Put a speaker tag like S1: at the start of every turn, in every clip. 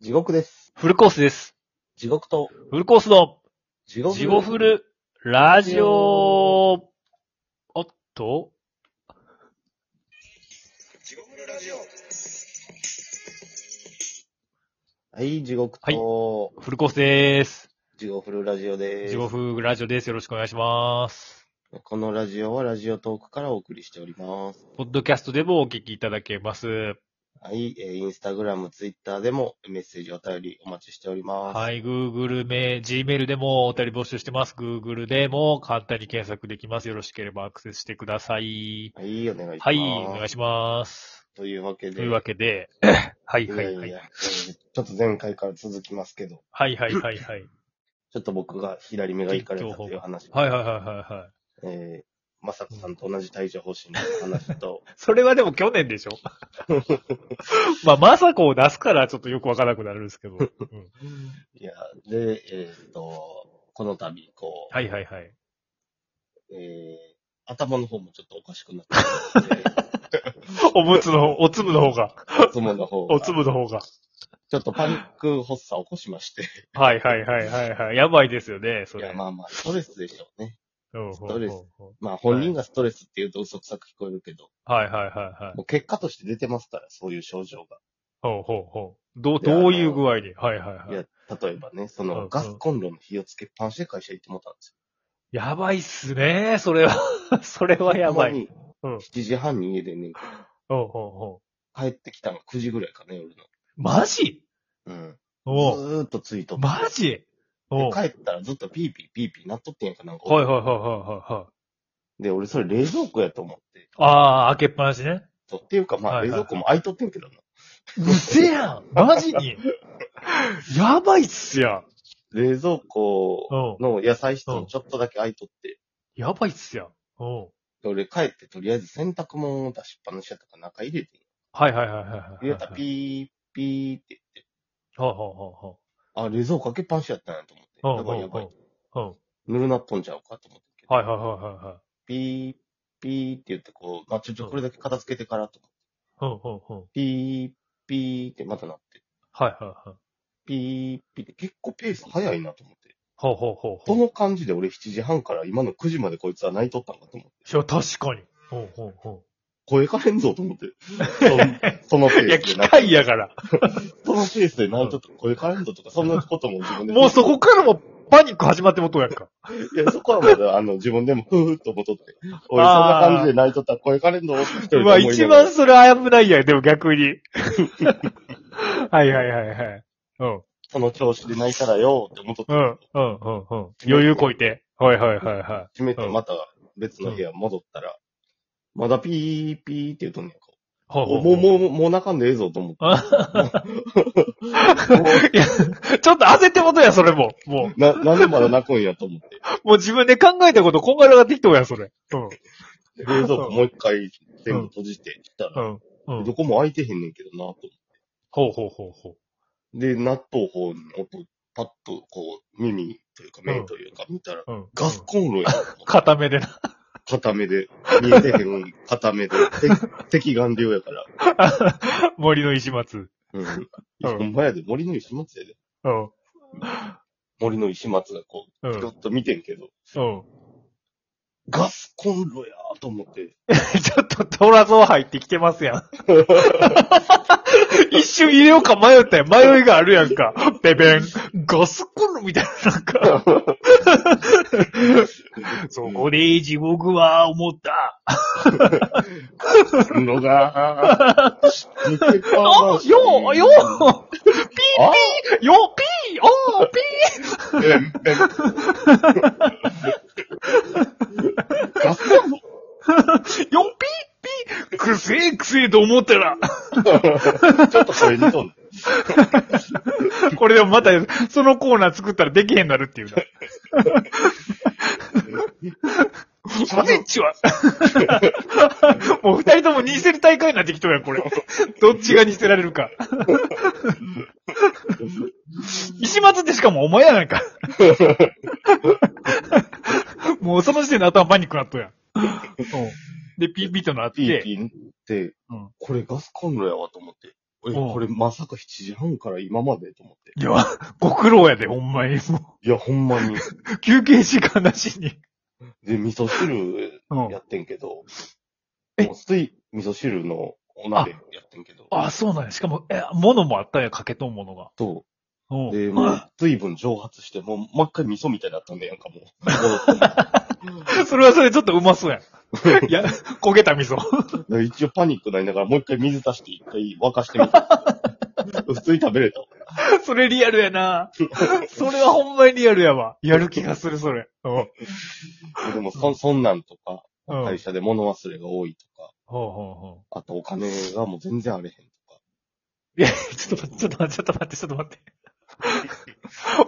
S1: 地獄です。
S2: フルコースです。
S1: 地獄と、
S2: フルコースの、
S1: 地獄。
S2: ジゴフル、ラジオおっと
S1: はい、地獄と、
S2: はいフルコースです。
S1: 地獄フルラジオです。
S2: ジゴフルラジオです。よろしくお願いします。
S1: このラジオはラジオトークからお送りしております。
S2: ポッドキャストでもお聞きいただけます。
S1: はい、えーインスタグラム、ツイッターでもメッセージお便りお待ちしております。。
S2: はいい、Google 名、Gmail でもお便り募集してます。Google でも簡単に検索できます。よろしければアクセスしてください。
S1: はい、お願いします。
S2: はい、お願いします。
S1: というわけで。
S2: というわけで、はいはいはいい
S1: や。やちょっと前回から続きますけど、
S2: はいはいはいはい。
S1: ちょっと僕が左目がいかれたという話。
S2: はいはいはいはいはい。
S1: えー、まさこさんと同じ対処方針の話と、
S2: それはでも去年でしょ まあ、まさこを出すからちょっとよくわからなくなるんですけ ど。うん
S1: いや、で、えーっと、この度、こう、
S2: はいはいはい。
S1: えー、頭の方もちょっとおかしくな って、
S2: おむつの、おつぶの方が、
S1: おつむの方が
S2: おつぶの方が。
S1: ちょっとパニック発作を起こしまして。
S2: はいはいはいはいはい。やばいですよね、そ
S1: い
S2: れ。
S1: や、まあまあ、ストレスでしょうね。
S2: うんうんうん
S1: ストレスまあ、本人がストレスって言うと嘘くさく聞こえるけど、
S2: はいはいはいはい。
S1: もう結果として出てますから、そういう症状が。
S2: ほうほうほう。どう、
S1: いや
S2: どういう具合にはいはい
S1: い
S2: はい
S1: や。、例えばね、そ
S2: うんう
S1: の
S2: ん
S1: ガスコンロの火をつけっぱなしで会社行ってもらったんです
S2: やばいっすね、それは。 それ
S1: よ。
S2: はやばい。
S1: ほんま
S2: うん
S1: に7時半に家でね、
S2: ほうほうほ
S1: 帰ってきたの9時ぐらいかね、夜の。
S2: う。マジ
S1: うん。
S2: おう
S1: ずーっとついとって
S2: マジお
S1: で
S2: う
S1: 帰ったらずっとピーピーピーピーなっとってんやんか、なんか。
S2: はいはいはいはいはい。
S1: で、俺それ冷蔵庫やと思って。
S2: ああ、開けっぱなしね。
S1: そうっていうか、まあ、
S2: はい
S1: 冷
S2: はい
S1: 蔵庫も開いとってんけどな。
S2: うせやんマジにやばいっすや
S1: 冷蔵庫
S2: うん。
S1: の野菜室もちょっとだけ開いとって、
S2: やばいっすやんうん。
S1: で俺帰ってとりあえず洗濯物を出しっぱなしやったから中入れて、
S2: はいはいはいはいはい。
S1: 入れたら
S2: ー。
S1: ピーピーって言って、
S2: はあ、はあはあは
S1: あ、冷蔵庫開けっぱなしやったんやと思って、
S2: あ、うん
S1: やばいやばい、
S2: うん。うん。
S1: ぬるなっとんちゃうかと思ってけど、
S2: はいはいはいはいはい。
S1: ピーピーって言ってこう、まあ、ちょちょこれだけ片付けてからとか、
S2: うんうんうん。
S1: ピーピーってまたなって、
S2: はいはいはい。
S1: ピーピーって結構ペース早いなと思って、
S2: ほうほうほう
S1: こ
S2: ほう。い
S1: の感じで俺7時半から今の9時までこいつは泣いとったんかと思って、
S2: や、確かに。ほうほうほ
S1: 声かれんぞと思って、 そそのペー
S2: う。
S1: スで泣い
S2: いや、機
S1: とった
S2: 械やから。
S1: そのペースで泣いとった声かれんぞとか、そんなことも自分で。
S2: もうそこからもパニック始まってもとんやんか。
S1: いや、そこはまだ、あの、自分でも、ふーっと戻って。俺、そんな
S2: あー
S1: 感じで泣いとったら声かれんぞって一人
S2: う
S1: で
S2: わ、
S1: 思い
S2: 一
S1: ながら
S2: 番それ危ないやん、でも逆に。 はいはいはいはい。うん。
S1: その調子で泣いたらよ、って思っとっ
S2: う
S1: た。
S2: ん、うん、うん、うん。余裕こいて。はいはいはいは
S1: 決めて、
S2: うん
S1: また別の部屋戻ったら、まだピーピーって言うとんねんか。
S2: い。ほ
S1: おもう、もう、もう泣かんでええぞと 思って。も
S2: いや、ちょっと焦ってもとや、それも。も
S1: うな、なんでまだ泣くんやと思って。
S2: う、もう自分で考えたこと、こんがらがってきとうや、それ。うん。
S1: 冷蔵庫もう一回全部閉じてした
S2: う
S1: ら、
S2: ん。うん
S1: ど。こも開いてへんねんけどな、と思って。
S2: ほうほうほうほう。
S1: で、納豆方の音、パッとこう、耳というか目というか見たら、
S2: うん。
S1: ガスコンロやん。
S2: 固めでな。
S1: 固めで。見えてへん、固めで。て赤眼病やから。
S2: 森の石松。
S1: うん。
S2: うん
S1: ほんまやで、森の石松やで。
S2: うん。
S1: 森の石松がこ
S2: う
S1: う、ちょ
S2: ん。
S1: っと見てんけど、
S2: うん。
S1: ガスコンロやーと思 って。
S2: ちょっとトラゾー入ってきてますやん。 一瞬入れようか迷ったやん。迷いがあるやんか。ベベン。ガスコンロみたいな、なんか。 そこで地獄は思った。
S1: コンロがー、抜けっぱな
S2: あ
S1: し
S2: よよ
S1: あ
S2: よピーおーピ
S1: えんえんガスコンロ
S2: ーよピーピーくせえくせえと思ったら。
S1: ちょっとそれにとん
S2: これでもまた、そのコーナー作ったらできへんなるっていうな。こんにちは。もう二人とも似せる大会になってきとるやん、これ。どっちが似せられるか。石松ってしかもお前やないか。もうその時点で頭パニックなっとやん。うんで、ピーピーとなっ
S1: ピー
S2: て、
S1: ピーって
S2: うん、
S1: これガスコンロやわと思って。え、
S2: おう
S1: これまさか7時半から今までと思って。
S2: いや、ご苦労やで、ほんまに。も
S1: いや、ほんまに。
S2: う、休憩時間なしに。
S1: で、味噌汁
S2: うん
S1: や。ってんけど、
S2: え
S1: もうつい味噌汁のお鍋やってんけど、
S2: あ、そうなんや。しかも、え、物もあったんや、かけとんものが。
S1: と、
S2: うん。
S1: で、もう随分蒸発して、もう真っ赤に味噌みたいになったんで、なんかもう戻って。
S2: それはそれちょっとうまそうやん。いや、焦げた味噌。
S1: だから一応パニックになりながら、もう一回水足して、一回沸かしてみた。 普通に食べれた。
S2: それリアルやな。 それはほんまにリアルやわ。やる気がする、それ。うん。うん
S1: でもそ、そんなんとか、
S2: ほう
S1: 会社で物忘れが多いとか、
S2: ほうほ
S1: あとお金がもう全然あれへんとか。
S2: う。いや、ちょっと待って、ちょっと待って、ちょっと待って、ちょっと待って。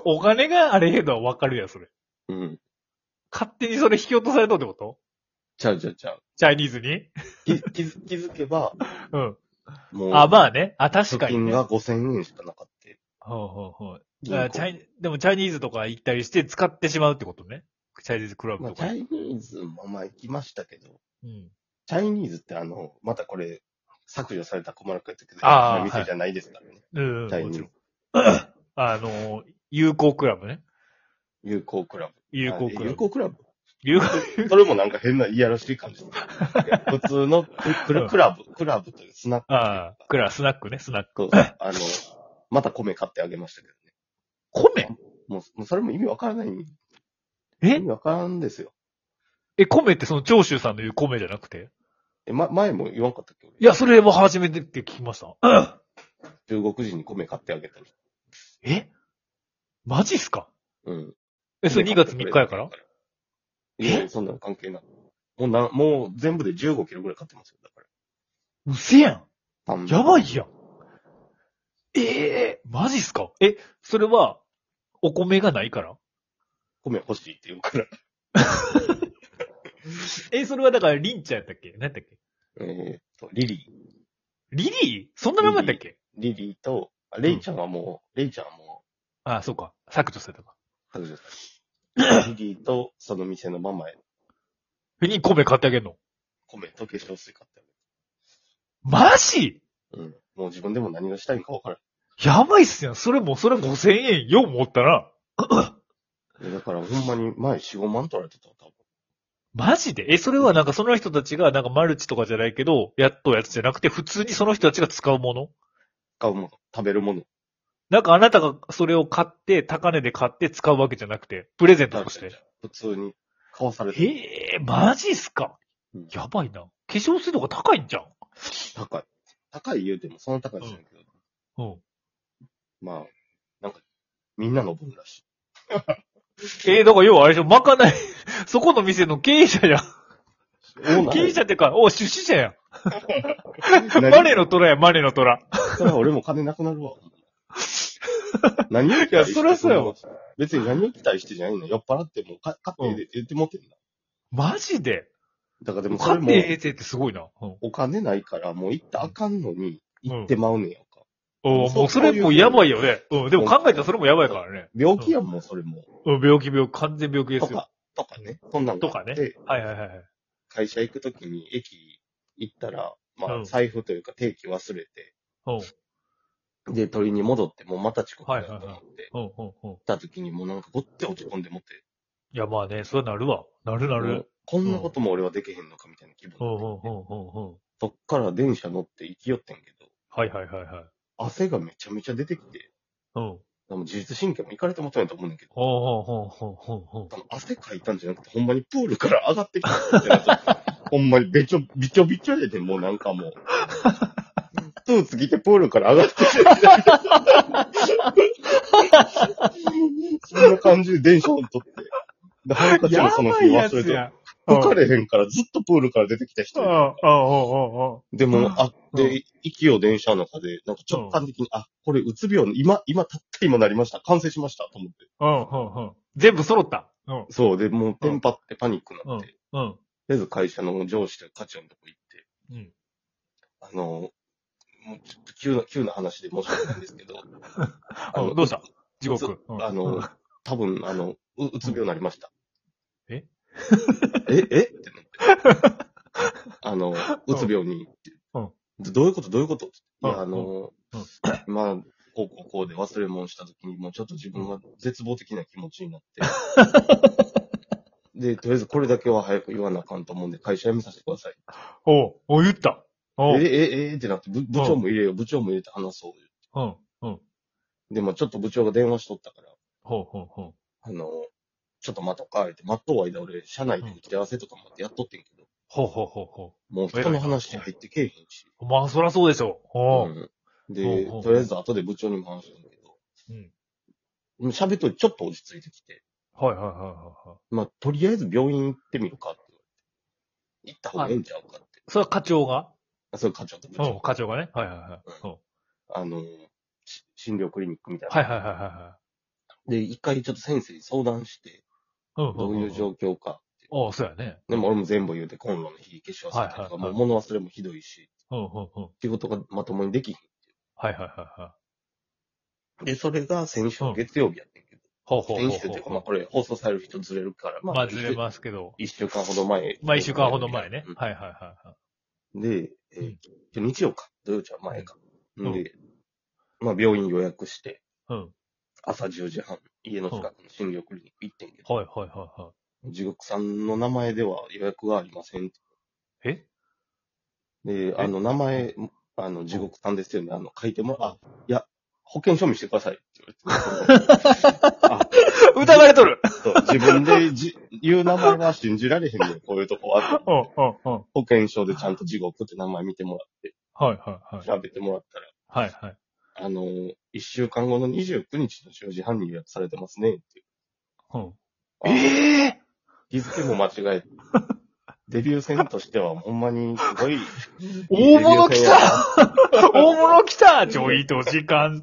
S2: お金があれへんのはわかるやん、それ。
S1: うん。
S2: 勝手にそれ引き落とされたってこと
S1: ちゃうちゃうちゃう。
S2: チャイニーズに
S1: き気づ気づけば、
S2: うん。
S1: もう、
S2: あ、まあね。あ、確
S1: 貯
S2: かに、
S1: 金
S2: ね。
S1: が5000円しかなかった。
S2: ほうほうほう。
S1: 銀行
S2: あチャイでもチャイニーズとか行ったりして使ってしまうってことね。チャイニーズクラブ
S1: まあ、
S2: と
S1: チ
S2: か。
S1: ャイニーズもまあ行きましたけど、
S2: うん。
S1: チャイニーズってあの、またこれ、削除された困らくやったけど、
S2: あー
S1: 店じゃないですからね。
S2: うん、うん、
S1: チャイ
S2: も
S1: ニ
S2: ち
S1: ー
S2: ろ
S1: ズ
S2: ん。あの、友好クラブね。
S1: 友好クラブ。
S2: 友好ク
S1: あ
S2: ラ
S1: 友
S2: ブ。
S1: 好クラブ
S2: 友好
S1: それもなんか変ないやらしい感じ。普通のククラクラブ、クラブというスナック
S2: ああ、クラ、スナックね、スナック。
S1: と、あの、また米買ってあげましたけどね。
S2: 米
S1: もう、もうそれも意味わからない。意
S2: え
S1: 味わからんですよ。
S2: え、米ってその長州さんの言う米じゃなくて
S1: え、ま、前も言わんかったっけ
S2: いや、それは初めてって聞きました。 うん
S1: 俺中国人に米買ってあげたり。
S2: えマジっすか
S1: うん。
S2: え、それ2月3日やから
S1: いやそんなの関係ない。もうな、もう全部で15キロぐらい買ってますよ。だから。
S2: うせやん
S1: パン
S2: やばいやんええマジっすかえ、それは、お米がないから
S1: 米欲しいって言うから。
S2: え、それはだから、りんちゃんやったっけ何やったっけ
S1: えーっと、リリー。
S2: リリーそんな名前やったっけ
S1: リリーと、あレイちゃんはもう、レイちゃんはも
S2: ああ、そうか。削除されたか。
S1: う、削除されたリリーと、その店のママへ、
S2: えに米買ってあげんの
S1: 米と化粧水買って
S2: マジ
S1: あげる。うん。もう自分でも何がしたいのか分から
S2: やばいっすやん。それも、それ5000円よう持ったな。
S1: ん。いやだからほんまに前4、5万取られてたわ、多分。
S2: マジでえ、それはなんかその人たちが、なんかマルチとかじゃないけど、やっとやつじゃなくて、普通にその人たちが使うもの
S1: 買うもの、食べるもの。
S2: なんかあなたがそれを買って、高値で買って使うわけじゃなくて、プレゼントとして。
S1: 普通に買わされてる。
S2: ええマジっすか
S1: うん
S2: やばいな。化粧水とか高いんじゃん。
S1: 高い。高い言うてもそんな高いじゃないけど。
S2: うん。
S1: まあ、なんか、みんなの分ら しい。
S2: えー、だから要はあれでしょ、まかない、 そこの店の経営者やん。
S1: オーナ
S2: 経営
S1: ー
S2: 者ってか、お、出資者やん。
S1: 何
S2: マネの虎や、マネの虎。
S1: それは俺も金なくなるわ。 何を期待して
S2: いやそりゃそうやわ
S1: んな別に何を期待してじゃないの。酔っ払ってもうか、勝手で言ってもってんだ。
S2: マジで
S1: だからでもそ
S2: 家
S1: れ
S2: 庭
S1: も、
S2: 衛生ってすごいな。うん。
S1: お金ないから、もう行ったらあかんのに、
S2: うん
S1: 行ってまうねんやんか。
S2: お
S1: そう
S2: もうそれもやばいよね。うん。でも考えたらそれもやばいからね。
S1: 病気やん、もうそれも。
S2: うん、病気病気、完全病気で
S1: と
S2: すよ。
S1: か、とかね。そんなんが
S2: とかね
S1: で、
S2: はいはいはいはい。
S1: 会社行くときに駅行ったら、ま
S2: う
S1: あ、
S2: ん
S1: 財布というか定期忘れて、
S2: うん、
S1: で、取りに戻って、もうまた遅刻だと思って、
S2: はい
S1: 行
S2: は
S1: っ
S2: うん、うん、うん。
S1: たときにもうなんかごって落ち込んでもって、
S2: いや、まあね、それはなるわ。なるな
S1: も
S2: る
S1: う。こんなことも俺はできへんのかみたいな気分に
S2: うん、うん、うん、
S1: な
S2: う
S1: って
S2: ん
S1: きて、
S2: うん。
S1: そっから電車乗って行きよってんけど、
S2: はいはいはいはい。
S1: 汗がめちゃめちゃ出てきて、
S2: うん。ほう
S1: でも自律神経もいかれてもったんやと思うねんだけど、
S2: ほうほうほうほうほ
S1: 多分汗かいたんじゃなくて、ほんまにプールから上がってきたみたいなさ。 ほんまにべちょ、びちょびちょやで、もうなんかもう。 スーツ着てプールから上がってきた。 そんな感じで電車にとって。で、ハンカ
S2: う。
S1: チもその日忘れて。
S2: や。うん。
S1: 吹かれへんからずっとプールから出てきた
S2: う
S1: 人
S2: ん、う
S1: や。
S2: ん、うん、うん。
S1: でも、あ、
S2: うん
S1: で、息を電車の中で、なんか直感的に、あ、これうつ病の、今、今たった今なりました。完成しました。と思って。
S2: うん、うん、うん。全部揃った。うん、
S1: そう、で、もうテンパってパニックになって。
S2: うん、
S1: とりあえず会社の上司と課長のとこ行って、
S2: うん。
S1: あの、もうちょっと急な、急な話で申し訳ないんですけど、あ
S2: うん、どうした地獄。 うん
S1: あの、多分、あの、ううつ病になりました。 え、
S2: え
S1: えって なって。あの、うつ病に。
S2: うん
S1: どういうことどういうことい
S2: うん
S1: や、あの、 まあ、こうこうこうで忘れ物した時に、もうちょっと自分が絶望的な気持ちになって。 で、とりあえずこれだけは早く言わなあかんと思うんで、会社辞めさせてください。
S2: おう、おう、言った。
S1: え
S2: おう、
S1: え、え、えってなって、部部長も入れよう、部長も入れて話そう。
S2: うん、うん。
S1: で、まあちょっと部長が電話しとったから、
S2: ほうほうほう。
S1: あの、ちょっと待とうか、って、待っとう間俺、社内で打ち合わせとかもあってやっとってんけど、
S2: ほうほうほうほ
S1: もう人の話に入ってけえへんし。
S2: う。まあ、そらそうでしょう。おう、
S1: うん、で、
S2: うんうん
S1: とりあえず後で部長にも話したんだけど、
S2: うん。
S1: もう喋っとりちょっと落ち着いてきて、
S2: はいはいはいはいはい。
S1: まあ、とりあえず病院行ってみるかって言われて。行った方がいいんちゃうかって。
S2: それは課長が
S1: あ、それ課長と部
S2: うん、
S1: 長。
S2: 課長がね。はいはいはい。うん
S1: あの、し診療クリニックみたいな。
S2: はいはいはいは
S1: で、一回ちょっと先生に相談して、
S2: いはい。んんん
S1: どういう状況かって。
S2: おう、そうやね。
S1: でも俺も全部言うて、コンロの火消し忘れたりとか、
S2: はいはいはい
S1: もう物忘れもひどいし、
S2: うんうんうん。
S1: 仕事がまともにできひ
S2: はいはいはいはい。
S1: ん。で、それが先週月曜日やってんけど、
S2: ほうほうほう
S1: 先週っていうか、
S2: ほ
S1: まあ
S2: う。
S1: これ放送される人ずれるから、
S2: まあ、ずれますけど。
S1: 一週間ほど前。
S2: まあ、一週間ほど前ね
S1: うん。
S2: はいはいはいはい。
S1: で、えーと日曜か、土曜じゃ前か。
S2: うん
S1: で、まあ病院予約して、
S2: うん。
S1: 朝10時半、家の近くの診療クリニック行ってんけど、
S2: はいはいはいは
S1: 地獄さんの名前では予約がありません。
S2: い。え
S1: で、あの名前、あの地獄さんですよね、あの書いても、あ、いや、保険証見してください って言われて。
S2: 疑われとる
S1: そう自分でじ言う名前は信じられへんねん、こういうとこは。
S2: うんうんうん。
S1: 保険証でちゃんと地獄って名前見てもらって、
S2: はいはいはい。
S1: 調べてもらったら、
S2: はいはい。
S1: あの、一週間後の29日の10時半に予約されてますね、って。
S2: うん。
S1: あ
S2: ええ
S1: 日付も間違え て。デビュー戦としては、ほんまに すごい。
S2: 大
S1: デビ
S2: 物
S1: ュー
S2: 来
S1: 戦やな
S2: た大物来たちょいと時間と。